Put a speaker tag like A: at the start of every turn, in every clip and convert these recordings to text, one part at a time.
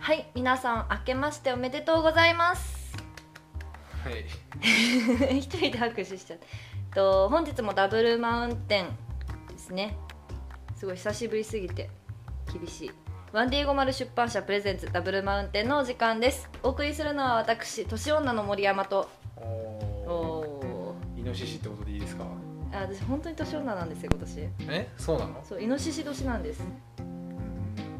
A: はい皆さん明けましておめでとうございます
B: はい
A: 一人で拍手しちゃったえっと本日もダブルマウンテンですねすごい久しぶりすぎて厳しいワンディーゴマル出版社プレゼンツダブルマウンテンのお時間ですお送りするのは私年女の森山と
B: おお
A: お
B: イノシシってことでいいですか
A: ーあ私本当に年女なんですよ今年
B: えそうなの、
A: そうイノシシ年なんです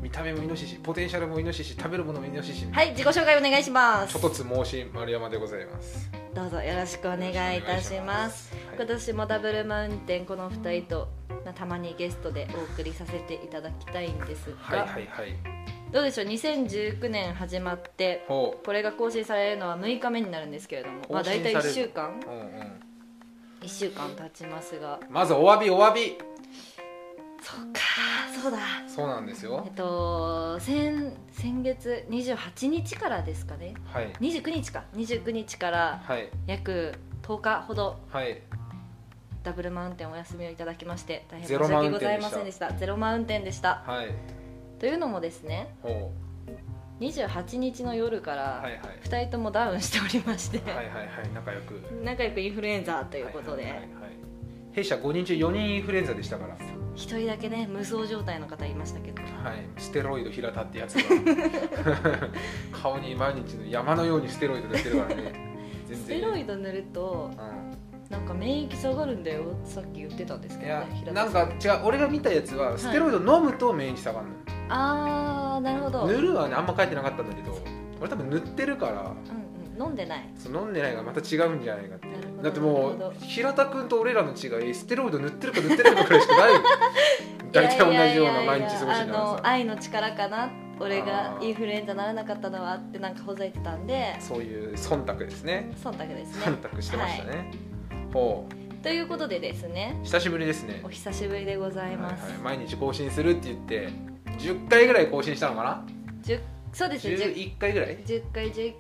B: 見た目もイノシシポテンシャルもイノシシ食べるものもイノシシ
A: はい自己紹介お願いします
B: 諸突猛進丸山でございます
A: どうぞよろしくお願いいたします
B: はい
A: 今年もダブルマウンテンこの2人と、まあ、たまにゲストでお送りさせていただきたいんですが、
B: はいはいはい
A: どうでしょう2019年始まって
B: ほ
A: これが更新されるのは6日目になるんですけれどもまあ
B: 更新
A: 大
B: さ
A: 体
B: れる
A: 1週間
B: う、うんうん、
A: 1週間経ちますが
B: まずお詫びお詫び
A: そっかそうだ
B: そうなんですよ
A: えっと先先月28日からですかね
B: はい
A: 29日か29日から
B: はい
A: 約10日ほど
B: はい
A: ダブルマウンテンお休みをいただきまして大変
B: ゼ
A: 申
B: ロ
A: し
B: マウ
A: 訳
B: ンテ
A: ご
B: ンでした
A: ざいませんでしたゼロマウンテンでした
B: はい
A: というのもですね
B: ほ
A: 28日の夜か
B: うはい
A: ら
B: はい
A: 2人ともダウンしておりまして、
B: はいはいはい仲良く
A: 仲良くインフルエン ザと
B: と
A: いうことで、
B: はいはいはいはい弊社5人中4人インフルエンザでしたから
A: 1人だけね無双状態の方いましたけど
B: はい、ステロイド平田ってやつ が顔に毎日の山のようにステロイド出てるからね全
A: ステロ
B: イ
A: イド塗ると
B: ド、
A: なんか免疫下がるんだよさっき言ってたんです
B: うん、
A: け
B: い
A: ど
B: や
A: ね平田さ
B: なんか違う俺が見たやつはステロイド飲むと免疫下がる
A: あーなるほど、
B: の、
A: うん
B: 塗るはねあんま書いてなかったんだけど俺多分塗ってるから
A: うん、飲んでない
B: その飲んでないがまた違うんじゃないかって
A: なるほど
B: だって
A: なる
B: も
A: ほ
B: う平田君と俺らの違いステロイド塗ってるか塗ってないかくらいしかな いよ大体同じような毎日過ごし
A: いやいやいやあ
B: ながら
A: の愛の力かな俺が
B: あー
A: インフルエンザならなかったのはってなんかほざいてたんで
B: さそういう忖度ですね
A: 忖度ですね
B: 忖度してましたね、ほう
A: ということでですね
B: 久しぶりですね
A: お久しぶりでございます、
B: はいはい毎日更新するって言って10回ぐらい更新したのかな
A: 10そうですね 10,
B: 11回ぐらい
A: 10回11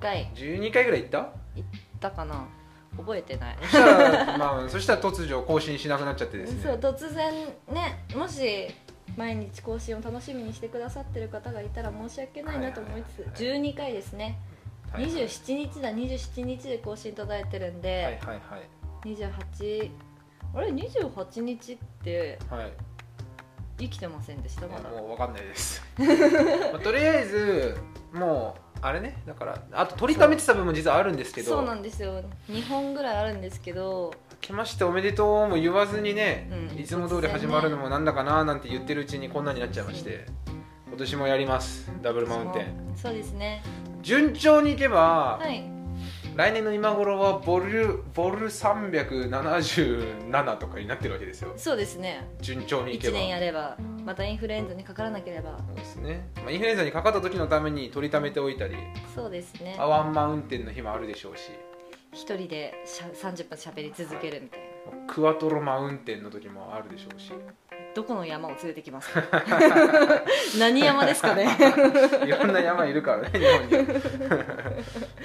A: 回
B: 12回ぐらい行った
A: 行ったかな覚えてない、
B: そしたらまあそしたら突如更新しなくなっちゃってです
A: そう
B: ね
A: 突然ねもし毎日更新を楽しみにしてくださってる方がいたら申し訳ないなと思いつつ
B: はい
A: 12回ですね
B: はいはい
A: 27日だ27日で更新途絶えてるん
B: はいはい
A: で
B: はい
A: 28あれ28日って
B: はい
A: 生きてませんでした
B: い
A: ま
B: や
A: だ
B: もう分かんないです、 まあとりあえずもうあれねだからあと取りためてた部分も実はあるんですけ
A: そうな
B: ど
A: んですよ2本ぐらいあるんですけど
B: 来ましておめでとうも言わずにね、
A: うん
B: いつも通り始まるのもなんだかななんて言ってるうちにこんなになっちゃいまして今年もやりますダブルマウンテン
A: そうですね
B: 順調にいけば、
A: はい
B: 来年の今頃はボルボル377とかになってるわけですよ
A: そうですね
B: 順調にいけ
A: 1
B: ば
A: 年やればまたインフルエンザにかからなければ
B: そうですね、まあ、インフルエンザにかかった時のために取りためておいたり
A: そうですね
B: アワンマウンテンの日もあるでしょうし
A: 一人でしゃ30分しゃべり続けるみたいな、
B: クワトロマウンテンの時もあるでしょう し
A: どこの山を連れてきますか 何山ですかね
B: いろんな山いるからね日本には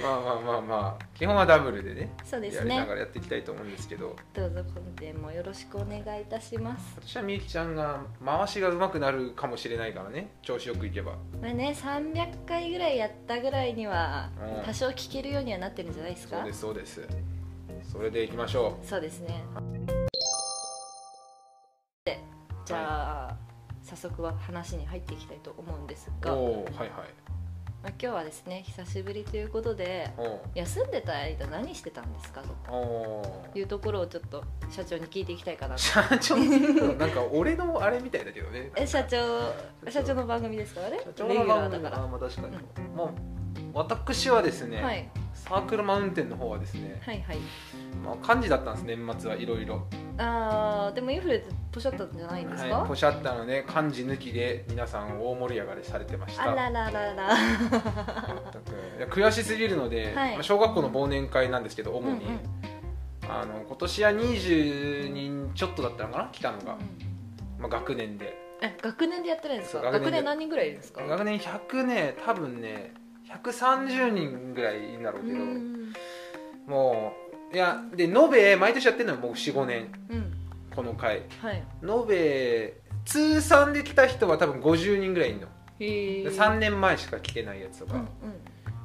B: まあまあまあまあ基本はダブルでね
A: そうで
B: や
A: す
B: りな
A: ね
B: がらやっていきたいと思うんですけど
A: どうぞ本店もよろしくお願いいたします
B: 私はみゆきちゃんが回しが上手くなるかもしれないからね調子よくいけば
A: まあね300回ぐらいやったぐらいには
B: うん
A: 多少聞けるようにはなってるんじゃないですか
B: そうですそうですそれでいきましょ
A: そうですねでじゃあ、早速は話に入っていきたいと思うんです
B: う
A: が、
B: お
A: ま
B: おーはいはい
A: あ、今日はですね久しぶりということで
B: お
A: 休んでた間何してたんですかと
B: ーおー
A: いうところをちょっと社長に聞いていきたいか なと
B: 社 長っていうのなんか俺のあれみたいだけどね
A: え社長
B: 社長
A: 社長の番組ですからね
B: 社
A: レギ
B: 長の
A: ュラ
B: 番
A: ーだ
B: 組
A: か
B: だ
A: ら、
B: まあ確かに、もう私はですね、
A: はい、
B: サークルマウンテンの方はですね、
A: はいはい
B: まあ、漢字だったんです年末はいろいろ
A: あーでもインフレってポシャったんじゃないんですか、
B: はいポシャったので漢字抜きで皆さん大盛り上がりされてました
A: あらららら
B: 全くいや悔しすぎるので、
A: はい
B: まあ小学校の忘年会なんですけど主に、
A: うんうん
B: あの今年は20人ちょっとだったのかな来たのが、まあ、学年で
A: え学年でやってないんですか
B: そう
A: 学
B: 学年で
A: 年何人ぐらいいるんですか
B: 学年100ね多分ね130人ぐらいいるんだろう
A: う
B: けど、
A: ん
B: もういやで延べ毎年やってるのはもう45年
A: うん
B: この回
A: はい
B: 延べ通算で来た人は多分50人ぐらいいるの
A: えへ
B: で
A: え
B: 3年前しか来てないやつと
A: うん
B: か、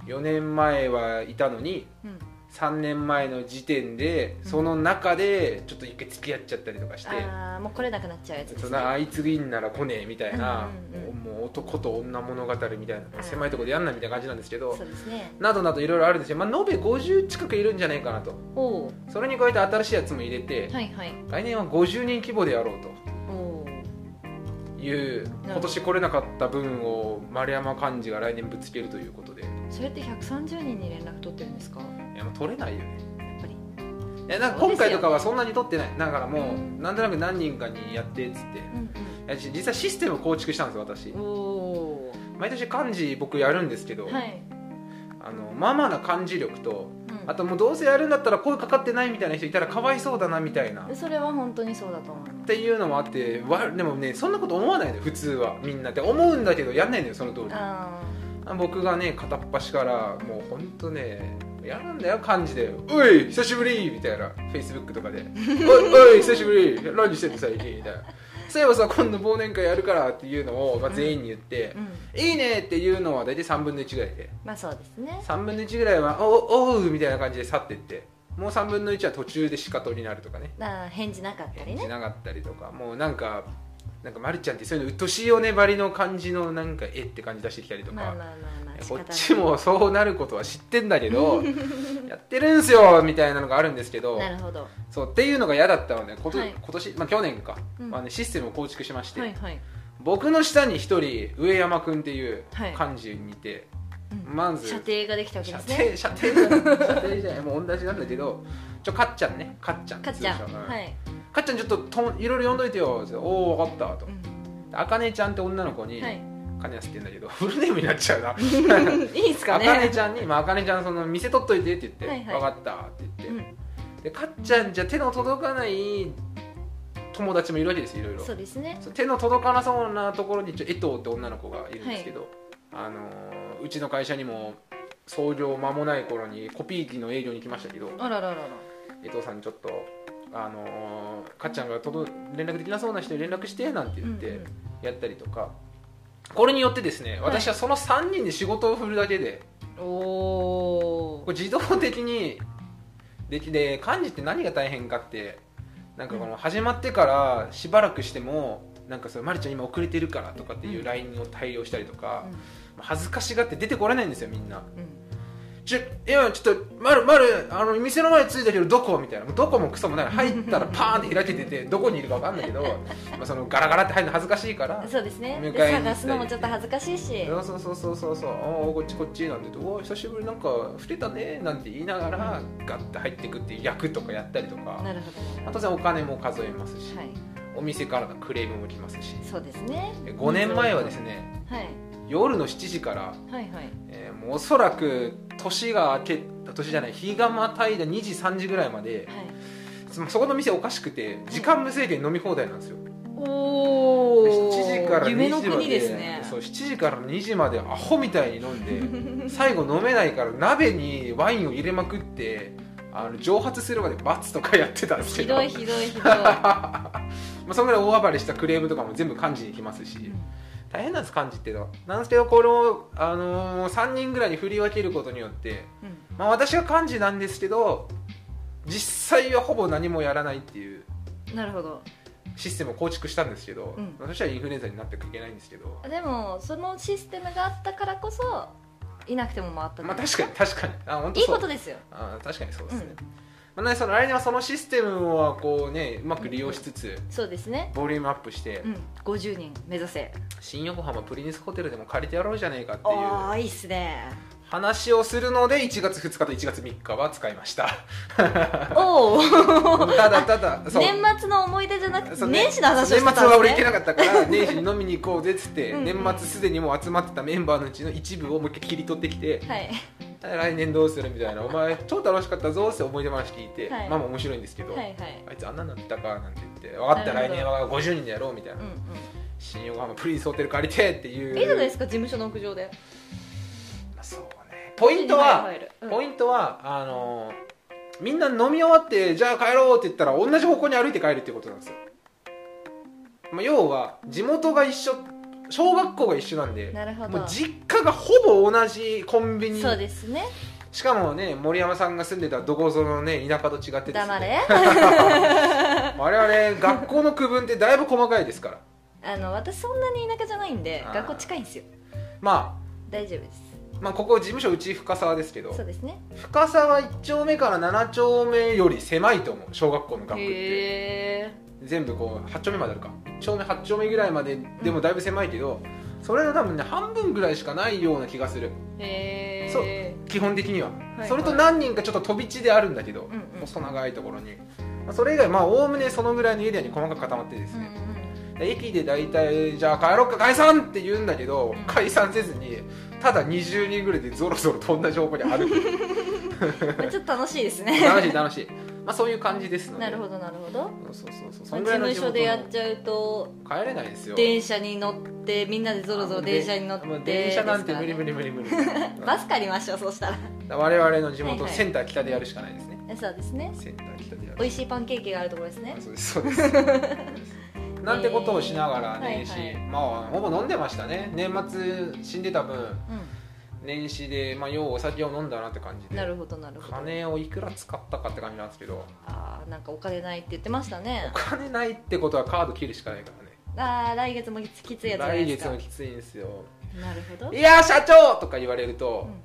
B: 4年前はいたのに
A: うんうん
B: 3年前の時点で
A: うん
B: その中でちょっと一回付き合っちゃったりとかして、
A: ああもう来れなくなっちゃうやつです
B: そん
A: ね
B: なあいつがいいんなら来ねえみたいな、
A: うんうんうん
B: もう男と女物語みたい
A: あー
B: な狭いところでやんなみたいな感じなんですけど
A: そうですね
B: などなどいろいろあるんですよ、まあ、延べ50近くいるんじゃないかなと
A: おお
B: それに加えて新しいやつも入れて、
A: はいはい
B: 来年は50人規模でやろうと。
A: おお
B: いう
A: ど
B: 今年来れなかった分を丸山幹事が来年ぶつけるということでい
A: それって130人に連絡取ってるんですか
B: やもう取れないよね
A: やっぱり
B: いやなんか
A: そうです
B: 今
A: よ
B: 回とかはそんなに取ってないだからも
A: う
B: うんなんとなく何人かにやってっつってい
A: うん
B: やじ実際システムを構築したんですよ私
A: うんおお
B: 毎年漢字僕やるんですけど、
A: はい
B: あのまあまあな漢字力と
A: うん
B: あともうどうせやるんだったら声かかってないみたいな人いたらかわいそうだなみたいなっ
A: それは本当にそうだと思います
B: ていうのもあってわでもねそんなこと思わないのよ普通はみんなって思うんだけどやんないのよその通り
A: あ
B: 僕がね片っ端からもうほんとねやるんだよ漢字で「おい久しぶり!」みたいなフェイスブックとかで「おいおい久しぶり何してんの最近」みたいな「そういえばさ今度忘年会やるから」っていうのを、まあ、全員に言って
A: ーうん
B: 「いいね!」っていうのは大体3分の1ぐらいで
A: まあそうですね
B: 3分の1ぐらいは「おおう!」みたいな感じで去ってってもう3分の1は途中で仕方になるとかね
A: あー返事なかったり
B: 返事
A: ね
B: なかったりとかもうなんかなんかまるちゃんってそういうのうっとしいよねばりの感じのなんか絵って感じ出してきたりとか、
A: まあまあまあまあ仕
B: こ
A: 方
B: っ
A: ない
B: ちもそうなることは知ってんだ けどやってるんすよみたいなのがあるんですけど
A: なるほど
B: そうっていうのが嫌だったので、こと
A: はい
B: 今年、まあ、去年か、
A: うん
B: まあね、システムを構築しまして、
A: はいはい
B: 僕の下に一人上山君っていう
A: はい
B: 幹事にいて、
A: うん
B: まず
A: 射程ができたわけ
B: 射
A: です
B: 程
A: ね
B: 射程じゃない射程 じゃないもう同じなんだけどちょかっちゃんねかっちゃん
A: かっちゃん
B: 通称うん
A: はい
B: かっちゃんちょっととんいろいろ呼んどいてよっておお分かったと
A: うん
B: あかねちゃんって女の子に、
A: は
B: か
A: い
B: ねカネアスって言うんだけどフルネームになっ ちゃうな
A: いいですか
B: あかね
A: ね
B: ちゃんに「まああかねちゃんその店取っといて」って言って「
A: はいはい
B: 分かった」って言
A: う
B: って、
A: ん
B: でかっちゃんじゃ手の届かない友達もいるわけですよいろいろ
A: そうですね
B: そう手の届かなそうなところにちょ江藤って女の子がいるんですけど、あのーうちの会社にも創業間もない頃にコピー機の営業に来ましたけど
A: あらららら
B: 江藤さんにちょっと。あのーかっちゃんが届連絡できなそうな人に連絡してなんて言っ
A: うん
B: て
A: うん
B: やったりとか、これによってですね私はその3人で仕事を振るだけで、
A: お
B: これ自動的にできで漢字って何が大変かってなんかこ
A: う
B: の始まってからしばらくしてもなんかそれまりちゃん今遅れてるからとかっていううん LINE を対応したりとか
A: うん、
B: 恥ずかしがって出てこれないんですよみん
A: う
B: な
A: ん
B: ちょ今ちょっとまるまるあの店の前着いたけどどこみたいなもうどこもクソもない入ったらパーンって開けててどこにいるか分かんない けどまあそのガラガラって入るの恥ずかしいから
A: そうですね
B: 迎
A: で
B: えに行ったり
A: 探すのもちょっと恥ずかしいし
B: そうそうそうそうそうそうおーこっちこっちなんて言っておー久しぶりなんか触れたねなんて言いながらガッて入ってくっていう役とかやったりとか
A: なるほど
B: まあ当然お金も数えますし、
A: はい
B: お店からのクレームも来ますし
A: そうですね
B: 5年前はですね
A: はい
B: 夜の7時から、
A: はいはい
B: えーもうおそらく年が明けた年じゃない日がまたいだ2時3時ぐらいまで
A: はい
B: そそこの店おかしくて時間無制限飲み放題なんですよ
A: お
B: で
A: お
B: 7時から
A: 夢
B: 2
A: の
B: 時ま
A: 国
B: で
A: ですね
B: そう7時から2時までアホみたいに飲んで 最後飲めないから鍋にワインを入れまくってあの蒸発するまで罰とかやってたんですけ
A: ひ
B: ど
A: どいひどいひどい、う
B: まあそんぐらい大暴れしたクレームとかも全部漢字に来ますし
A: ん
B: 大変なんです漢字っていうのはなんですけどこれを、あのー、3人ぐらいに振り分けることによって、
A: うん
B: まあ、私は漢字なんですけど実際はほぼ何もやらないっていう
A: なるほど
B: システムを構築したんですけど、
A: うん
B: まあそしたらインフルエンザになっていけないんですけど
A: でもそのシステムがあったからこそいなくても回ったと
B: まあ確かに確かにあ本当
A: いい
B: そう
A: ことですよ
B: あ確かにそうですね
A: うん、
B: まあなのでその来年はそのシステムをこうねうまく利用しつつ、
A: そうですね
B: ボリュームアップして、
A: うん50人目指せ
B: 新横浜プリンスホテルでも借りてやろうじゃねえかってい
A: お
B: う
A: ーいいっすね
B: 話をするので1月2日と1月3日は使いました
A: おお
B: ただただそう
A: 年末の思い出じゃなくて
B: そうね
A: 年始の話をしてたんです、
B: 年
A: ね、
B: 末は俺行けなかったか ら年始に飲みに行こうぜっつって
A: うんうん
B: 年末すでにもう集まってたメンバーのうちの一部をもう一回切り取ってきて
A: はい
B: 来年どうするみたいなお前超楽しかったぞって思い出話聞いて、
A: はい
B: まあまあ面白いんですけど、
A: はいはい
B: あいつあんなんなったかなんて言って分かった
A: なる
B: 来
A: ほど
B: 年は50人でやろうみたいな、
A: うん
B: 新横浜プリンスホテル借りてってい
A: うん
B: う
A: いいじゃないですか事務所の屋上で
B: まあそうねポイントは、
A: 入る入る
B: ポイントはあのーみんな飲み終わってじゃあ帰ろうって言ったら同じ方向に歩いて帰るっていうことなんですよ、まあ、要は地元が一緒小学校が一緒なんで
A: なるほ
B: も
A: ど
B: う実家がほぼ同じコンビニ
A: そうですね
B: しかもね森山さんが住んでたどこぞのね田舎と違ってです
A: 黙
B: ね
A: れ
B: 我々学校の区分ってだいぶ細かいですから
A: あの私そんなに田舎じゃないんで
B: あー
A: 学校近いんですよ
B: ま
A: 大丈夫です
B: あまあここ事務所うち深沢ですけど
A: そうですね
B: 深沢1丁目から7丁目より狭いと思う小学校の学区って
A: へえ
B: 全部こう8丁目まであるか1丁目8丁目ぐらいまででもだいぶ狭いけどそれの多分ね半分ぐらいしかないような気がする
A: へえ
B: そう基本的には、
A: いはい
B: それと何人かちょっと飛び地であるんだけ
A: ん
B: ど、
A: うん
B: 細長いところにまあそれ以外まあおおむねそのぐらいのエリアに細かく固まってです
A: うんう
B: ね、
A: ん
B: で駅で大体じゃあ帰ろっか解散って言うんだけど、
A: うん
B: 解散せずにただ20人ぐらいでゾロゾロと同じ方向に 歩く
A: まあちょっと楽しいですね
B: 楽しい楽しいまあそういう感じですの で
A: なるほどなるほど
B: そうそうそうそ
A: まあ事
B: んぐらいの
A: 務所でやっ
B: 地
A: ちゃうと
B: 元の帰れないですよ
A: 電車に乗ってみんなでぞろぞろ電車に乗って
B: もう電車なんて無理無
A: 理
B: 理無理無理
A: バス借りましょうそうしたら
B: 我々の地元、
A: はいはい
B: センター北でやるしかないですね
A: そうですね
B: センター北でやる
A: 美味しいパンケーキがあるところですね
B: そうですそうです なんてことをしながら年始、
A: はいはい
B: まあほぼ飲んでましたね年末死んでた分
A: う
B: 年始で、まあ、ようお酒を飲んだなって感じ
A: ん
B: で
A: なるほどなるほど
B: 金をいくら使ったかって感じなんですけど
A: あーなんかお金ないって言ってました
B: お
A: ね
B: 金ないってことはカード切るしかないからね
A: あー来月もきつきついやつじゃない
B: 来
A: です
B: 月
A: か
B: もきついんですよ
A: なるほど
B: 「いやー社長!」とか言われる
A: う
B: と、
A: ん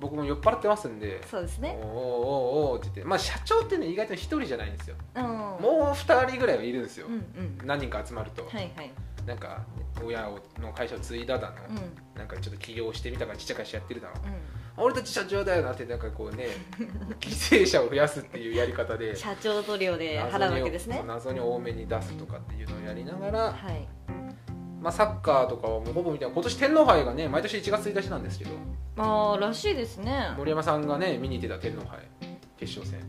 B: 僕も酔っ払ってますんで
A: そうです
B: 「おー
A: ね
B: おーおーおーって言ってまあ社長ってね意外と一人じゃないんですよ
A: うん
B: もう二人ぐらいはいるんですよ、
A: うんうん
B: 何人か集まると、
A: はいはい
B: なんか親の会社を継いだだの、
A: うんうん
B: なんかちょっと起業してみたからちっちゃい会社やってるだろ俺たち社長だよなってなんかこうね犠牲者を増やすっていうやり方で
A: 社長塗料で払うわけですね
B: 謎に多めに出すとかっていうのをやりながら、
A: はい
B: まあ、サッカーとかはもうほぼ見てない今年天皇杯がね毎年1月1日なんですけど
A: まあらしいですね
B: 森山さんがね見に行ってた天皇杯決勝戦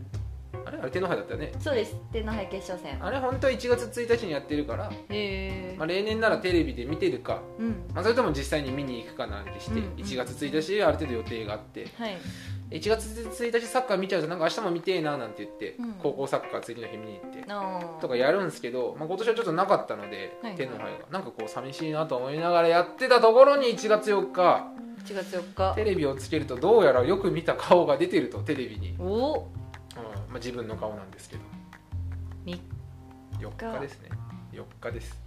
B: あれあれ天皇杯だったよね
A: そうです天皇杯決勝戦
B: あれ本当は1月1日にやってるから、
A: へえ
B: まあ、例年ならテレビで見てるか、
A: うん
B: まあ、それとも実際に見に行くかなんてして、
A: うんうん
B: 1月1日ある程度予定があって
A: はい
B: 1月1日サッカー見ちゃうとなんか明日も見てえななんて言って、
A: うん
B: 高校サッカー次の日見に行って
A: あ
B: とかやるんですけど、まあ、今年はちょっとなかったので、
A: はい
B: 天皇杯がなんかこう寂しいなと思いながらやってたところに1月4日
A: 1月4日
B: テレビをつけるとどうやらよく見た顔が出てるとテレビに、うん
A: おお
B: まあ、自分の顔なんですけど
A: み
B: 4日ですね4日です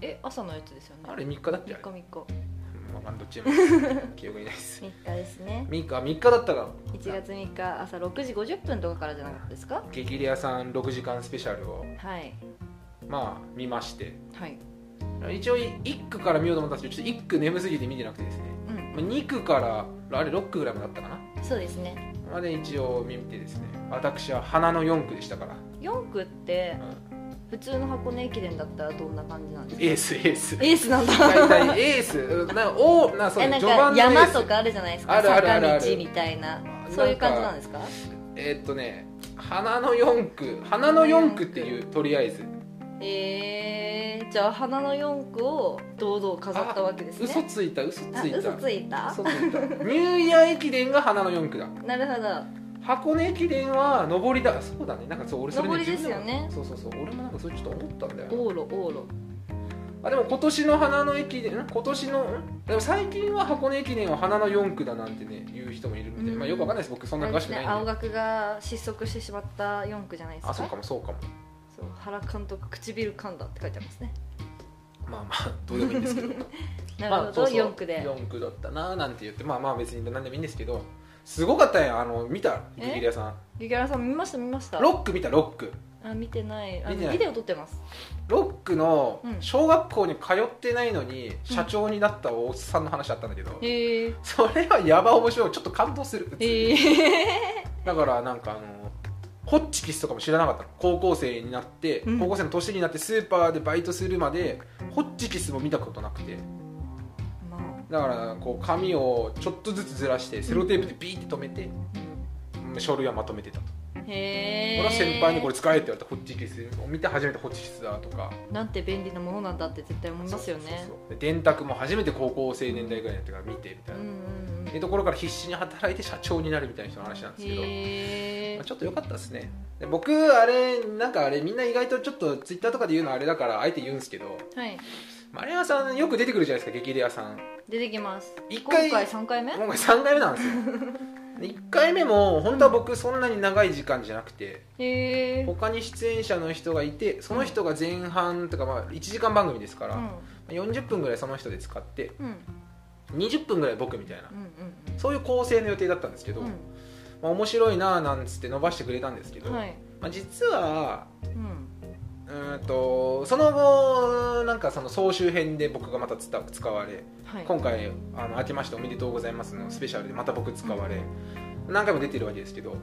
A: え朝のやつですよね
B: あれ3日だっけあ
A: 3
B: れ
A: 日3日
B: うんわかんどっちでもいい です記憶にないです
A: 3日ですね
B: 3日3日だったか
A: 1月3日朝6時50分とかからじゃなかったですから
B: 激レアさん6時間スペシャルを
A: はい
B: まあ見まして
A: はい
B: 一応1区から見ようと思ったんですけどちょっと1区眠すぎて見てなくてですね
A: うん
B: 2区からあれ6区ぐらいまでだったかな
A: そうですね
B: まで一応見てですね私は花の4区でしたから、
A: 4区って
B: うん
A: 普通の箱根駅伝だったらどんな感じなんですか
B: エースエース
A: エースなんだ
B: 大体エースうんなんかおなそう
A: え
B: ね
A: なん
B: 序盤
A: か
B: のエース
A: 山とかあるじゃないですか
B: あるあるあるあ
A: 坂
B: る
A: 道みたいな
B: なんか
A: そういう感じなんですか
B: えーっとね花の4区花の4区っていうとりあえず
A: えー、じゃあ花の4区を堂々飾ったわけですね
B: 嘘ついた嘘ついた
A: あ嘘ついた
B: 嘘ついたニューイヤー駅伝が花の4区だ
A: なるほど
B: 箱根駅伝は上りだそうだねなんかそう俺それ、
A: 上りですよね
B: 自分でもそうそうそう俺もなんかそれちょっと思ったんだよな
A: 往路往路
B: あでも今年の花の駅伝ん今年のんでも最近は箱根駅伝は花の4区だなんてね言う人もいるみたい、
A: うん
B: まあ、よくわかんないです僕そんな
A: あれ
B: 詳
A: で
B: し
A: す
B: くな
A: ね
B: いんで
A: 青学が失速してしまった4区じゃないですか
B: あそうかもそうかも
A: そう原監督唇噛んだって書いてありますね
B: まあま あどうでもいいんですけど
A: なるほど、
B: まあ、そうそう
A: 4区で
B: 四区だったななんて言ってまあまあ別に何でもいいんですけどすごかったんやあの見た
A: え
B: ギリギリ屋さん
A: ゆきゃらさん見ました見ました
B: ロック見たロック
A: あ見てないあの
B: 見てない
A: ビデオ撮ってます
B: ロックの
A: うん
B: 小学校に通ってないのに社長になったおっさんの話だったんだけど、
A: へえ
B: それはやば面白いちょっと感動する普通に
A: へえ
B: だからなんかあのホッチキスとかも知らなかったの高校生になって、
A: うん
B: 高校生の年になってスーパーでバイトするまでホッチキスも見たことなくて
A: まあ
B: だからこう髪をちょっとずつずらしてセロテープでビーって留めて、うん書類はまとめてたと、
A: へえ
B: 俺は先輩にこれ使えって言われたホッチキスを見て初めてホッチキスだとか
A: なんて便利なものなんだって絶対思いますよね
B: そうそうそうで電卓も初めて高校生年代ぐらいになってから見てみた
A: う
B: い
A: ん
B: な、
A: う
B: っ
A: ん
B: てところから必死に働いて社長になるみたいな人の話なんですけど、
A: へえ
B: まあちょっと良かったですねで僕あれなんかあれみんな意外とちょっとツイッターとかで言うのあれだからあえて言うんですけど
A: はい
B: 丸山さんよく出てくるじゃないですか激レアさん
A: 出てきます
B: 一
A: 今
B: 回
A: 回3回目
B: 今回3回目なんですよ1回目も本当は僕そんなに長い時間じゃなくて
A: へえ
B: 他に出演者の人がいてその人が前半とかまあ1時間番組ですか
A: う
B: ら、
A: ん
B: 40分ぐらいその人で使って
A: うん
B: 20分ぐらい僕みたいな
A: うんうん
B: そういう構成の予定だったんですけど、
A: うん
B: まあ、面白いなあなんつって伸ばしてくれたんですけ
A: う
B: ど、
A: んはい
B: まあ、実は
A: うん
B: うーんとその後なんかその総集編で僕がまたつた使われ
A: はい
B: 今回あの「明けましておめでとうございます」のスペシャルでまた僕使われ何回も出てるわけですけど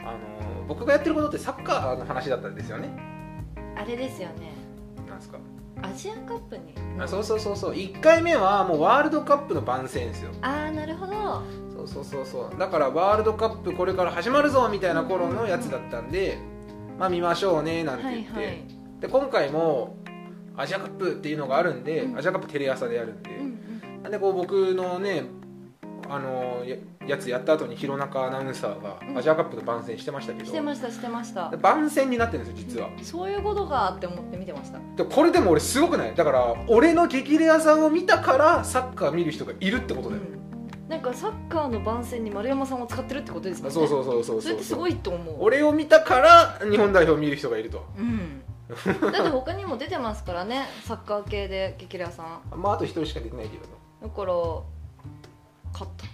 B: あの僕がやってることってサッカーの話だったんですよね
A: あれですよね
B: なんですか
A: アジアンカップに
B: あそうそうそうそう1回目はもうワールドカップの番宣ですよ
A: あーなるほど
B: そうそうそうそうだからワールドカップこれから始まるぞみたいな頃のやつだったんでまあ見ましょうねなんて
A: は
B: 言っ
A: い
B: て、
A: はい
B: で今回もアジアカップっていうのがあるんで、
A: うん
B: アジアカップテレ朝でやるんで、
A: うんうん
B: なんでこう僕のねあのややつやった後に弘中アナウンサーが
A: うん
B: アジアカップの番宣してましたけど、
A: してましたしてました
B: 番宣になってるんですよ実は、
A: そういうことかって思って見てました
B: でこれでも俺すごくないだから俺の激レアさんを見たからサッカー見る人がいるってことだよ、
A: うんなんかサッカーの番宣に丸山さんを使ってるってことですもんね
B: そうそうそうそう
A: それってすごいと思う
B: 俺を見たから日本代表を見る人がいると
A: うんだって他にも出てますからねサッカー系で激レアさん
B: まああと一人しか出てないけど
A: だから勝った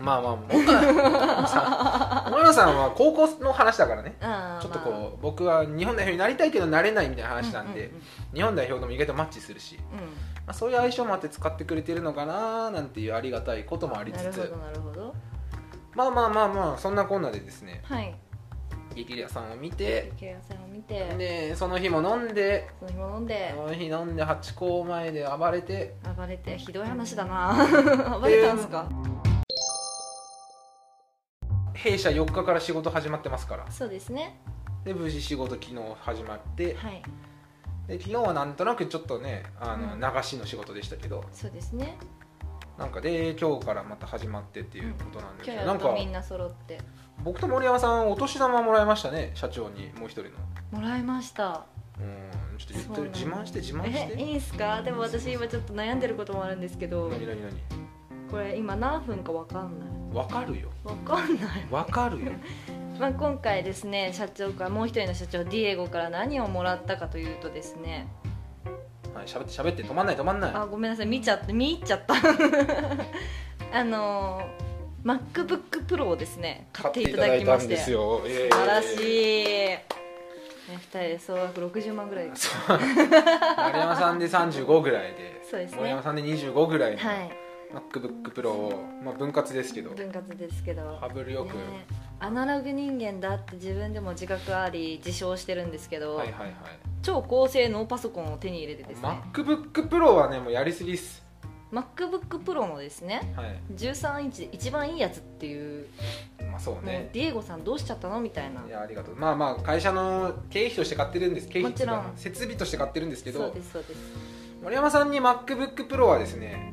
B: まあまあもう さ小野さんは高校の話だからね
A: あー
B: ちょっと
A: まあ
B: こう僕は日本代表になりたいけどなれないみたいな話なんで、
A: うんうん
B: 日本代表とも意外とマッチするし、まあ、そういう相性もあって使ってくれてるのかななんていうありがたいことも
A: う
B: あ
A: ん
B: り
A: な
B: つ
A: るほ
B: つ
A: どなるほど
B: まあまあまあまあそんなこんなでですね
A: はい
B: 激レアさんを見て
A: 激レアさんを見て
B: でその日も飲んで
A: その日も飲んで
B: その日飲んでハチ公前で暴れて
A: 暴れてひどい話だな暴れたんですか、
B: 弊社4日から仕事始まってますから
A: そうですね
B: で無事仕事昨日始まって
A: はい
B: で昨日はなんとなくちょっとねあの
A: うん
B: 流しの仕事でしたけど
A: そうですね
B: なんかで今日からまた始まってっていうことなんです
A: 今日
B: けど、
A: や
B: なん
A: ると
B: か
A: みんな揃って
B: 僕と森山さんお年玉もらいましたね社長にもう一人の
A: もらいました
B: うんちょっと
A: そう
B: 言
A: な
B: っ
A: の
B: て自慢して自慢し
A: えい
B: て
A: いんすかでも私今ちょっと悩んでることもあるんですけど
B: 何何
A: これ今何分かわかんない
B: 何わかるよ
A: わかんない
B: わかるよ
A: まあ、今回ですね社長からもう一人の社長ディエゴから何をもらったかというとですね
B: はい喋って喋って止まんない止まんない
A: あごめんなさい見ちゃって見入っちゃった あのー MacBookPro をですね買っていただきまして素
B: よ素
A: 晴らしい、ね、2人で総額60万ぐらい
B: そう 丸山さんで35ぐらいで
A: そうですね
B: 丸山さんで25ぐらいの
A: はい
B: MacBookPro を、まあ、分割ですけど
A: 分割ですけど
B: ハブルよく、
A: ねアナログ人間だって自分でも自覚あり自称してるんですけど、
B: はいはいはい
A: 超高性能パソコンを手に入れてですね
B: MacBookPro はねもうやりすぎっす
A: MacBookPro のですね
B: はい
A: 13インチで一番いいやつっていう、
B: まあそう
A: もう
B: ね
A: ディエゴさんどうしちゃったのみたいない
B: やありがとうまあまあ会社の経費として買ってるんです経費っていうか
A: もちろん
B: 設備として買ってるんですけ
A: そう
B: ど
A: ですそうです
B: 森山さんに MacBookPro はですね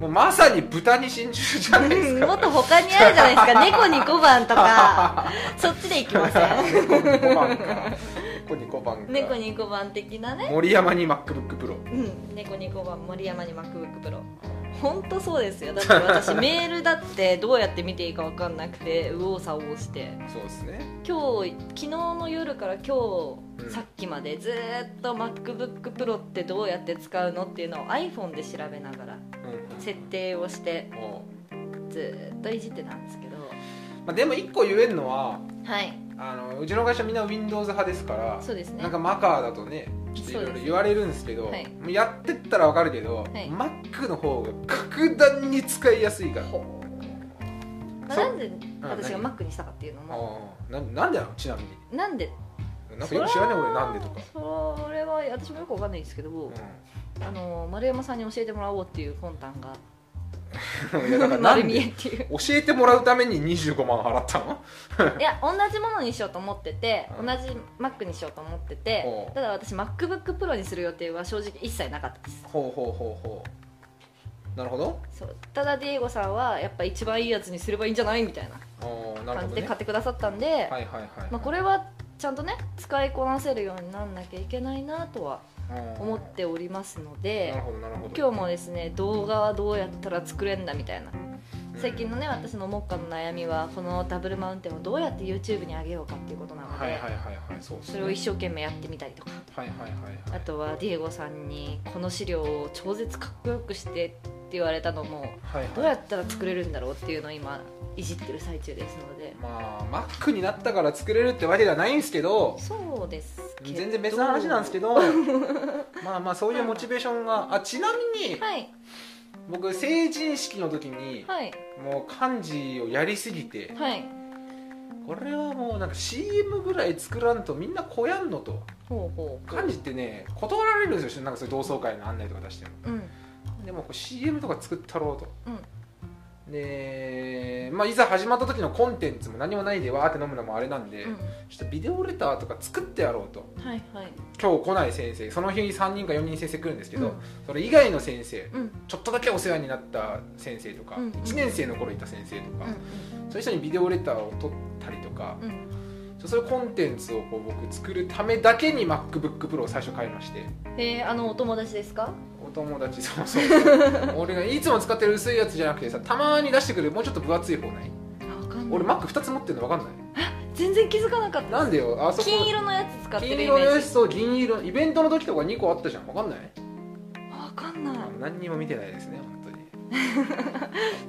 B: もうまさに豚に真珠じゃないです
A: うんも
B: か
A: っと他にあるじゃないですか猫に5番とか そっちでいきません
B: 猫に小判か猫に小判か
A: 猫に5番的なね、
B: 森山に MacBookPro
A: うん、猫に5番森山に MacBookPro 本当そうですよだって私メールだってどうやって見ていいか分かんなくて右往左往して
B: そうですね
A: 今日昨日の夜から今日、
B: うん
A: さっきまでずーっと MacBookPro ってどうやって使うのっていうのを iPhone で調べながら
B: うん
A: 設定をして
B: も
A: ずーっといじってたんですけど
B: うまあ、でも一個言えるのは
A: はい
B: あのうちの会社みんな Windows 派ですから
A: そうですね
B: なんかマカーだとねちょっといろいろ言われるんですけど
A: そうですね
B: もうやってったらわかるけど、
A: い
B: Mac の方が格段に使いやすいから
A: ほまあ、
B: そう
A: なんで私が
B: 何
A: マックにしたかっていうのも
B: ああななんでなのちなみに
A: なんで
B: なんかよく知らない俺なんでと か、
A: それは私もよくわかんないですけど、
B: う
A: あの丸山さんに教えてもらおうっていう魂胆が
B: ん、いやだからな
A: 丸
B: ん
A: 見え
B: で
A: って いう
B: 教えてもらうために25万払ったの
A: いや同じものにしようと思ってて
B: う
A: 同
B: ん
A: じマックにしようと思ってて
B: ほう
A: ただ私 MacBookPro にする予定は正直一切なかったです
B: ほうほうほうほうなるほど
A: そうただディエゴさんはやっぱ一番いいやつにすればいいんじゃないみたいな
B: ああな
A: 感
B: るほ
A: じ
B: ど
A: で
B: ね
A: 買ってくださったんで、
B: はいはいはい、
A: まあ、これはちゃんとね使いこなせるようになんなきゃいけないなとは
B: あ
A: 思っておりますので
B: なるほどなるほど
A: 今日もですね動画はどうやったら作れんだみたいな
B: うん
A: 最近のね私の目下の悩みはこのダブルマウンテンをどうやって YouTube に上げようかっていうことなので、
B: はいはいはいはいそうですね
A: それを一生懸命やってみたりとか
B: はいはいはいは
A: あ
B: い
A: とはディエゴさんにこの資料を超絶かっこよくしてって言われたのも
B: はい
A: どう
B: は
A: や
B: い
A: ったら作れるんだろうっていうのを今いじってる最中ですので
B: まあ Mac になったから作れるってわけではないんですけど
A: そうですけど
B: 全然別の話なんです けどまあまあそういうモチベーションがあちなみに
A: はい
B: 僕成人式の時に
A: はい
B: もう漢字をやりすぎて
A: はい
B: これはもうなんか CM ぐらい作らんとみんなこやんのと
A: ほうほう
B: 漢字ってね断られるんですよなんかそういう同窓会の案内とか出しても
A: うん
B: でもこう CM とか作ったろうと
A: うん
B: で、まあ、いざ始まった時のコンテンツも何もないでわーって飲むのもあれなんで、
A: うん
B: ちょっとビデオレターとか作ってやろうと
A: はいはい
B: 今日来ない先生その日に3人か4人先生来るんですけ
A: う
B: ど、
A: ん
B: それ以外の先生
A: うんうん
B: ちょっとだけお世話になった先生とか、
A: うん
B: 1年生の頃いた先生とか、そういう人にビデオレターを取ったりとか、
A: うんうん
B: そういうコンテンツをこう僕作るためだけに MacBookPro を最初買いまして
A: えー、あのお友達ですか
B: お友達そうそう 俺がいつも使ってる薄いやつじゃなくてさたまに出してくるもうちょっと分厚い方ない
A: あわかんない
B: 俺 Mac2 つ持ってるの分かんない
A: 全然気づかなかった
B: なんでよあそこ
A: 金色のやつ使ってるイ
B: 金
A: メ
B: 色の
A: ー
B: や
A: ジ
B: つと銀色イベントの時とか2個あったじゃん分かんない
A: わかんない
B: 何にも見てないですね本当に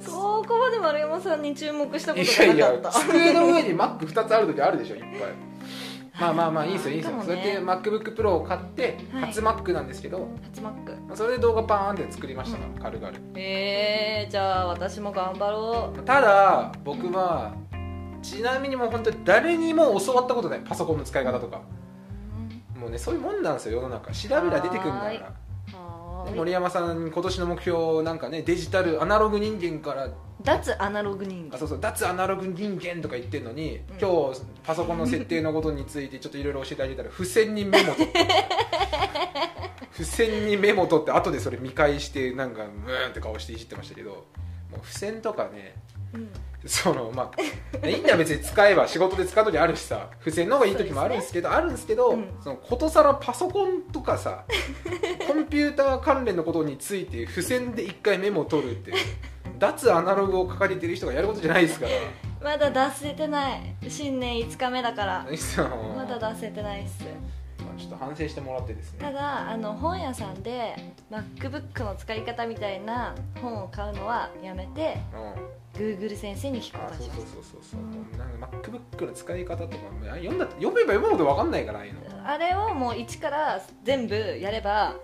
A: そこまで丸山さんに注目したこと
B: い
A: が
B: やい
A: なか
B: や
A: った
B: 机の上に Mac2 つある時あるでしょいっぱいまあまあまあいいですよいいですよ、
A: あー
B: それで MacBookPro を買って、
A: はい
B: 初 Mac なんですけど
A: 初マック
B: まあそれで動画パーンって作りましたから、軽々
A: えー、じゃあ私も頑張ろ
B: ただ僕はちなみにもう本当に誰にも教わったことないパソコンの使い方とか
A: ううん
B: もうねそういうもんなんですよ世の中調べりゃ出てくるんだか
A: はーい
B: ら
A: は
B: ね
A: ーい
B: 森山さん今年の目標なんかねデジタルアナログ人間から
A: 脱アナログ人
B: あ
A: 間
B: そうそう脱アナログ人間とか言ってるのに、
A: ん
B: 今日パソコンの設定のことについてちょっといろいろ教えてあげたら付箋にメモ取って付箋にメモ取って後でそれ見返してなんかうーんって顔していじってましたけどもう付箋とかね
A: うん
B: そのまあいいんだよ別に使えば仕事で使う時あるしさ付箋の方がいい時もあるんですけどあるんですけど、
A: うん
B: そのことさらパソコンとかさコンピューター関連のことについて付箋で一回メモを取るっていう脱アナログを掲げてる人がやることじゃないですか
A: ま
B: ら
A: だ出せてない新年5日目だから
B: その
A: まだ出せてないっす
B: まあちょっと反省してもらってです
A: た
B: ね
A: だあの本屋さんで MacBook の使い方みたいな本を買うのはやめて
B: うん、あ
A: Google 先生に聞くこと
B: そう
A: に
B: そう
A: しま
B: そう
A: す
B: そうそうなんか MacBook の使い方とかもあ読んだ読めば読むほど分かんないからああいうの
A: あれをもう一から全部やれば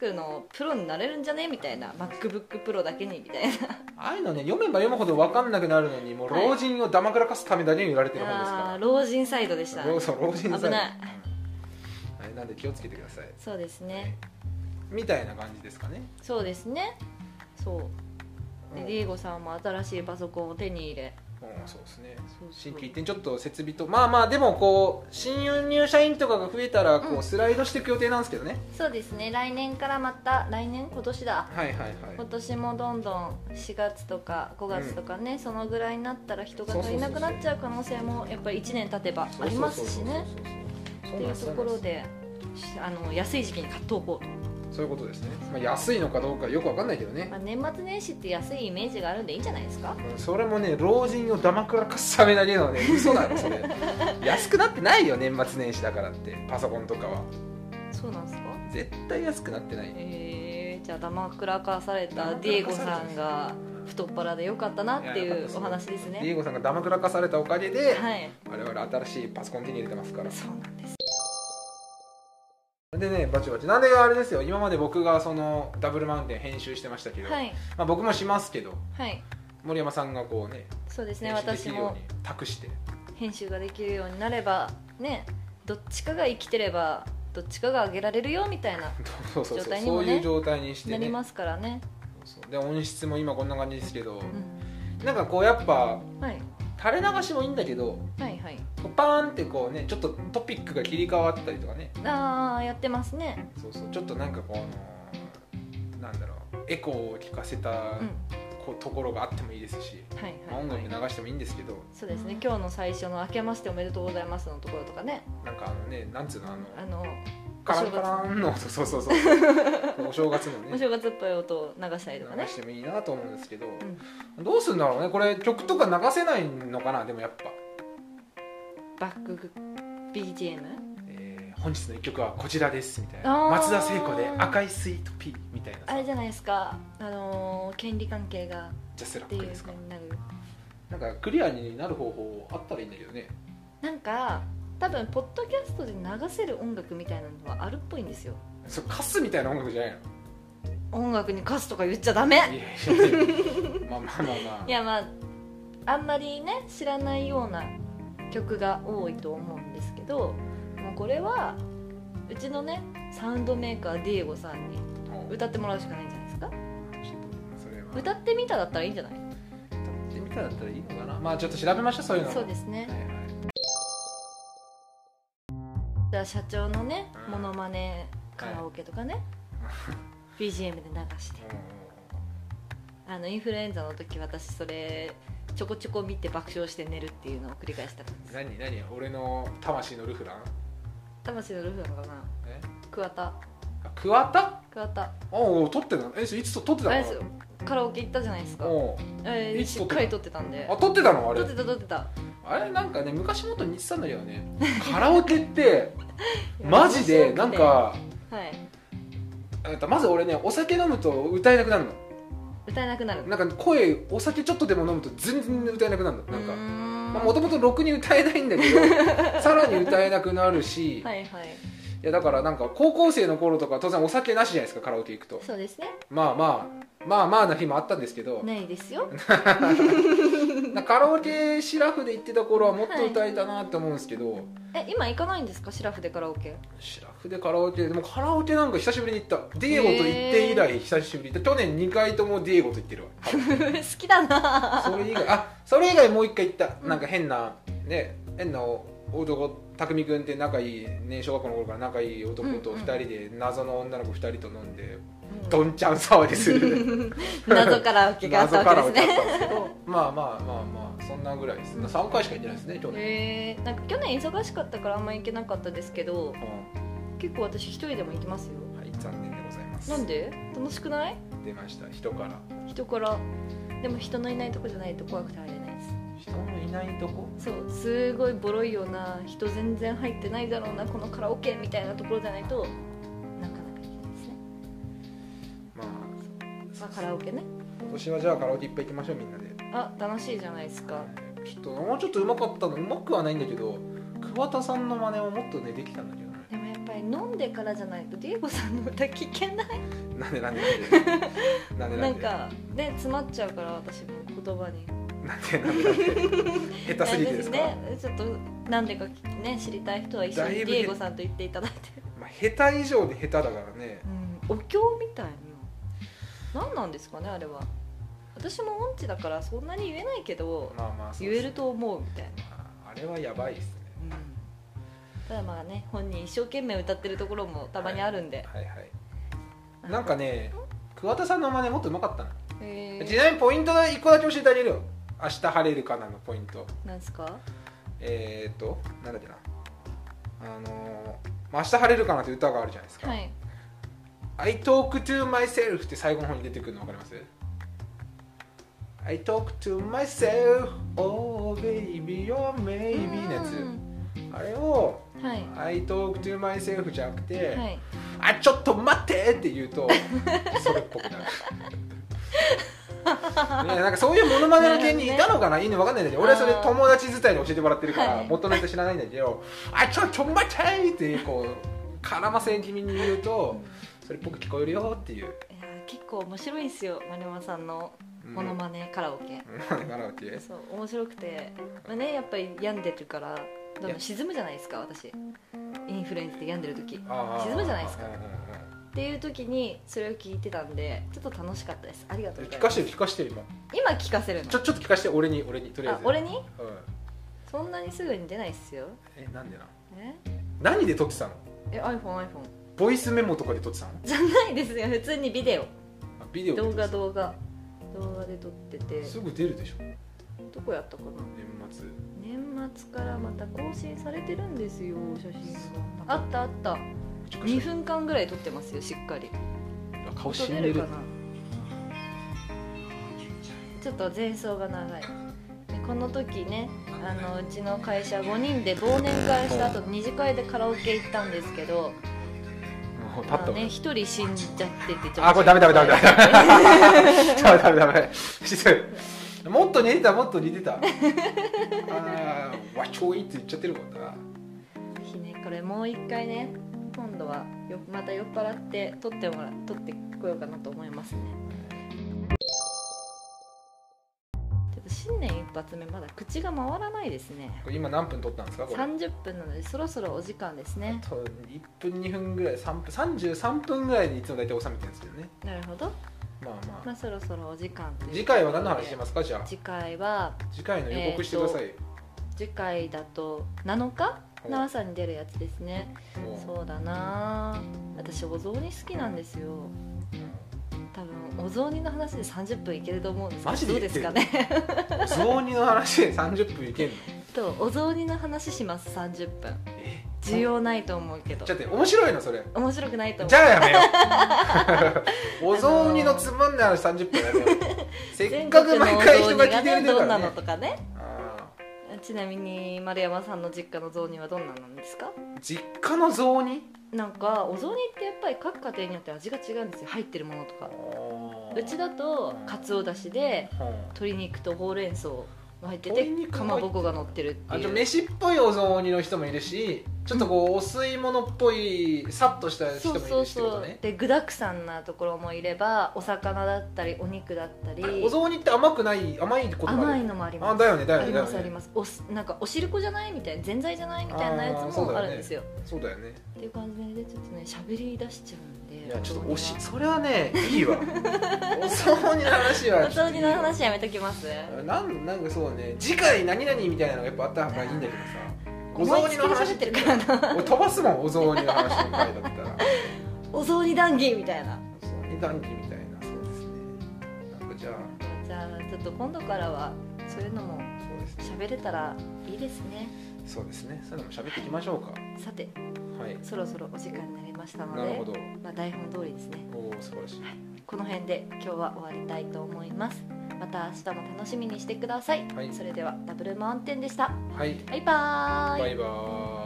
A: MacBook のプロになれるんじゃねみたいな MacBook プロだけにみたいな
B: ああいうのね読めば読むほど分かんなくなるのにもう老人をだまくらかすためだけに売られてる本ですから、
A: あー老人サイドでした
B: 老そう老人さん
A: 危ない
B: うんはい、なんで気をつけてください
A: そうですね
B: みたいな感じですかね
A: そうですねそう
B: う
A: で
B: ん
A: ディエゴさんも新しいパソコンを手に入れ
B: うんそうですね
A: そうそ
B: 新
A: う
B: 規一点ちょっと設備とまあまあでもこう新入社員とかが増えたらこ
A: う
B: うんスライドしていく予定なんですけどね、
A: そうですね来年からまた来年今年だ
B: はいはい
A: 今
B: は
A: 年もどんどん4月とか5月とかね、そのぐらいになったら人が足りなくなっちゃう可能性もやっぱり1年経てば
B: い
A: ありますしね
B: そ
A: と
B: うそう
A: いう
B: そ
A: と
B: うそう
A: ころでしあの安い時期に買っておこうと、
B: そういうことですね、まあ、安いのかどうかよくわかんないけどね
A: まあ、年末年始って安いイメージがあるんでいいんじゃないですか
B: うんそれもね老人をだまくらかすためだけなのね嘘だろ それ安くなってないよ年末年始だからってパソコンとかは
A: そうなんですか
B: 絶対安くなってない
A: えー、じゃあダマくらかされたディエゴさんが太っ腹でよかったなっていうお話です
B: ディエ
A: ね
B: ゴさんがダマくらかされたおかげで、
A: はい
B: 我々新しいパソコン手に入れてますから
A: そうなんです
B: でねバチバチなんであれですよ今まで僕がそのダブルマウンテン編集してましたけど、
A: はい
B: まあ、僕もしますけど
A: はい
B: 森山さんがこうね
A: そうですね
B: 編集でき
A: 私
B: るよ
A: も
B: うに託して
A: 編集ができるようになればねどっちかが生きてればどっちかが上げられるよみたいな
B: そうそうそう
A: 状態に
B: そ
A: も
B: う
A: ね
B: いう状態にして、
A: なり
B: ね、
A: ますからね、
B: そうそうで音質も今こんな感じですけど、
A: う
B: なんかこうやっぱ
A: ん、はい
B: 垂れ流しもいいんだけど
A: はいはい
B: こうパーンってこうねちょっとトピックが切り替わったりとかね
A: ああやってますね
B: そうそうちょっとなんかこう、あのーなんだろうエコーを聞かせた
A: うん
B: こうところがあってもいいですし、
A: はい
B: まあ
A: はい、
B: 音
A: は
B: 楽
A: い、
B: 流してもいいんですけど、
A: そうですね今日の最初の「明けましておめでとうございます」のところとかね
B: なんかあのねなんつうのあの
A: あの
B: カランカランのそうそうそ うそうお正月の
A: お
B: ね
A: 正月っぽい音を流したりとかね
B: 流してもいいなと思うんですけど、どうするんだろうねこれ曲とか流せないのかなでもやっぱ、
A: バック BGM
B: えー本日の一曲はこちらですみたい
A: あ
B: な
A: ー
B: 松田聖子で「赤いスイートピー」みたいな
A: あれじ
B: さ
A: ゃないですかあのー権利関係が
B: ジャスラ
A: って
B: ッ
A: い
B: ク
A: う
B: です
A: ふ
B: か
A: うになる
B: なんかクリアになる方法あったらいいんだけどね
A: なんか多分ポッドキャストで流せる音楽みたいなのはあるっぽいんですよ
B: そうカスみたいな音楽じゃないの
A: 音楽に貸すとか言っちゃダメ
B: いやいやい やまあまあまあまあ
A: いやまああんまりね知らないような曲が多いと思うんですけどもうこれはうちのねサウンドメーカーディエゴさんに
B: お
A: 歌ってもらうしかないんじゃないですか
B: ちょっとそれは
A: 歌ってみただったらいいんじゃない
B: 歌ってみたらだったらいいのかなまあちょっと調べましょうそういうの
A: そうですすね
B: はいはい
A: じゃあ社長のね
B: うん
A: モノマネカラオケとかね BGM で流してあのインフルエンザの時私それちょこちょこ見て爆笑して寝るっていうのを繰り返した
B: うん何何俺の魂のルフラン
A: 魂のルフなのかな
B: え
A: 桑田
B: あ桑田
A: 桑田
B: おう撮ってたのえそれいつ撮撮ってた
A: あ
B: の
A: れですよカラオケ行ったじゃないですか
B: おう
A: えー
B: いつ
A: し
B: 撮
A: っ
B: ってた
A: かり撮ってたんで
B: あ撮ってたのあれ
A: 撮ってた撮ってた
B: あれなんかね昔もっと似てたんだけど ねカラオケってマジでなんか
A: はい
B: えっとまず俺ねお酒飲むと歌えなくなるの
A: 歌えなくなる
B: なんか声お酒ちょっとでも飲むと全然歌えなくなるのなんか
A: か
B: もともとろくに歌えないんだけどさらに歌えなくなるし、い、
A: はいはい
B: やだからなんか高校生の頃とか当然お酒なしじゃないですかカラオケ行くと
A: そうですね
B: まあまあまあまあな日もあったんですけど、
A: ないですよ
B: なカラオケシラフで行ってた頃はもっと歌えたなって思うんですけど、
A: え今行かないんですかシラフでカラオケ
B: シラフでカラオケでもカラオケなんか久しぶりに行ったディエゴと行って以来久しぶりで去年2回ともディエゴと行ってるわ
A: 好きだな
B: それ以外あそれ以外もう1回行ったなんか変なね変な男匠君って仲いいね小学校の頃から仲いい男と2人で謎の女の子2人と飲んで
A: うん
B: どんちゃん騒ぎする
A: 謎カラオケがあった
B: 謎
A: わ
B: カラ
A: け
B: オ
A: で
B: ケ
A: す
B: だっ
A: ね
B: たんですけど まあまあまあまあそんなぐらいです3回しか行ってないですね去年
A: へえなんか去年忙しかったからあんま行けなかったですけど結構私一人でも行きますよ
B: うんはい残念でございます
A: なんで楽しくない
B: 出ました人から
A: 人からでも人のいないとこじゃないと怖くて入れないです
B: 人のいないとこ
A: そうすごいボロいような人全然入ってないだろうなこのカラオケみたいなところじゃないとなかなかいけないですね、
B: まあ
A: まあ、カラオケね
B: 今年はじゃあカラオケいっぱい行きましょうみんなで
A: あ楽しいじゃないですか
B: きっともうちょっとうまかったのうまくはないんだけど桑田さんの真似はもっとねできたんだけどね
A: でもやっぱり飲んでからじゃないとディエゴさんの歌聞けない
B: なんでなんでなん でなんで
A: な
B: なんんで
A: かね詰まっちゃうから私も言葉に
B: なんでなんでなんで下手すぎてですか、
A: ねちょっとなんでかね知りたい人は一緒に
B: だい
A: デ
B: ぶ
A: ィエゴさんと言っていただいて、
B: まあ、下手以上に下手だからね
A: うん、お経みたいな何なんですかねあれは私も音痴だからそんなに言えないけど
B: まあまあそう
A: 言えると思うみたいな
B: ああれはやばいですね
A: ただまあね本人一生懸命歌ってるところもたまにあるんで、
B: はいはいなんかね桑田さんの真似もっとうまかったの、
A: え
B: ちなみにポイント1個だけ教えてあげるよ明日晴れるかなのポイント
A: ー、なんですか
B: えー、っとなんだっけなあのーまあ明日晴れるかな」って歌があるじゃないですか、
A: はい
B: I talk to myself って最後の方に出てくるの分かります ?I talk to myself Oh baby, oh maybe のやつ
A: う
B: あれを
A: んはい
B: I talk to myself じゃなくて、
A: はい
B: あちょっと待ってって言うとそれっぽく なるいやなんかそういうモノマネの芸人いたのかないいの分かんないんだけど俺はそれ
A: あー
B: 友達伝いに教えてもらってるから、
A: はい
B: 元の人知らないんだけどあちょっと待ってってこう絡ませ気味に言うとそれっぽく聞こえるよっていう。
A: いやー結構面白いんですよ丸山さんの
B: うん
A: モノマネカラオケ、
B: モノマネカラオケ
A: そう面白くて、まあね、やっぱり病んでるからどんどん沈むじゃないですか私インフルエンザで病んでる時
B: あー
A: 沈むじゃないですか
B: うんうんうん
A: っていう時にそれを聞いてたんでちょっと楽しかったですありがとうござ
B: 聞
A: い
B: か
A: ま
B: し
A: す
B: て聞かして今
A: 今聞かせるの
B: ちょちょっと聞かして俺に俺にとりあえ
A: あ
B: ず
A: 俺に
B: うん、
A: そんなにすぐに出ないっすよ
B: えなんでな
A: え
B: 何で撮ってたの
A: え iPhoneiPhone
B: ボイスメモとかで撮ってたの
A: じゃないですよ普通にビデオ
B: あビデオで撮
A: 動
B: ってた
A: 画動画動画で撮ってて
B: すぐ出るでしょ
A: どこやったかな
B: 年末
A: 年末からまた更新されてるんですよ写真があったあった
B: 熟
A: 2
B: してる
A: 分間ぐらい撮ってますよしっかり
B: あ顔
A: 撮
B: 死ん
A: れ
B: で
A: るか
B: る
A: なちょっと前奏が長いでこの時ねあのうちの会社5人で忘年会した後二次会でカラオケ行ったんですけど
B: もう立
A: ま
B: っ
A: あ
B: た
A: ね一人死んじゃっててちょっと
B: あこれダメダメダメダメダメダメダメ失礼もっと似てたもっと似てたあーわちょいって言っちゃってるもんな
A: ひねこれもう一回ね今度はよまた酔っ払って撮ってもら撮ってこようかなと思いますねちょっと新年一発目まだ口が回らないですね
B: これ今何分撮ったんですかこれ
A: 30分なのでそろそろお時間ですね
B: あと1分2分ぐらい3分33分ぐらいにいつも大体収めてるんですけどね
A: なるほど
B: まあまあ
A: まあそろそろお時間ということで
B: 次回は何の話しますかじゃあ
A: 次回は
B: 次回の予告してくださいよ、
A: 次回だと7日の朝に出るやつですね
B: もう
A: そうだなあ私お雑煮好きなんですよ多分お雑煮の話で30分いけると思うんですけど
B: マジで
A: どうですかね
B: お雑煮の話で30分いけんの
A: とお雑煮の話します30分
B: え
A: 需要ないと思うけど
B: ちょっと待って面白いのそれ
A: 面白くないと思
B: じ
A: う
B: ゃあやめよう お雑煮のつまんない話30分やめようせっ
A: 全
B: か
A: 国
B: く
A: の
B: 毎
A: お
B: 回
A: 雑
B: 人が
A: 煮
B: 聞
A: が
B: いてる
A: ね
B: んだ
A: ど
B: か
A: ん
B: ら
A: な
B: ね
A: のとかね
B: あ
A: ちなみに丸山さんの実家の雑煮はどんななんですか
B: ー実家の雑煮
A: なんかお雑煮ってやっぱり各家庭によって味が違うんですよ入ってるものとかうちだとかつおだしで
B: うん
A: 鶏肉とほうれん草が入ってて
B: 鶏肉
A: か
B: も入ってる
A: まぼこが乗ってるって
B: あ
A: い
B: と
A: う
B: 飯っぽいお雑煮の人もいるしちょっとこうお吸い物っぽいさっとした人
A: そ
B: も
A: う
B: い
A: そ
B: る
A: う
B: しって
A: そ
B: こと
A: う
B: ね
A: で具だくさんなところもいればお魚だったりお肉だったり
B: あれお雑煮って甘くない甘いこともあ
A: 甘い
B: る
A: のもあります
B: あだよねだよ
A: あ
B: ね
A: り
B: だよ
A: ますあり
B: ね
A: ますおすなんかお汁粉じゃないみたいなぜんざいじゃないみたいなや
B: あー
A: つ
B: そうだよ
A: も
B: ね
A: あるんですよ
B: そうだよね
A: っていう感じでちょっとねしゃべり出しちゃうんで
B: いやちょっとおし
A: お雑煮
B: それはねい いわお雑煮の話
A: は
B: は
A: お雑煮の話やめときます
B: なんなんかそうね次回何々みたいなのがやっぱあった方がいいんだけどさお
A: 思
B: 雑
A: い
B: 煮
A: つ
B: の
A: きで
B: 話
A: 喋ってるからな
B: 俺飛ばすもんお雑煮の話の回だったら
A: お雑煮談義みたいな
B: お雑煮談義みたいなそうですねなんかじゃあ
A: じゃあちょっと今度からはそういうのも
B: そうですね
A: 喋れたらいいですね
B: そうですねそういうのも喋っていきましょうか
A: さて
B: はい
A: そろそろお時間になりましたの
B: なる
A: で
B: ほど
A: まあ、台本通りですね
B: おお素晴らしい
A: この辺で今日は終わりたいと思いますまた明日も楽しみにしてください、
B: はい
A: それではダブルマウンテンでした
B: はい
A: バイバーイ
B: バイバーイ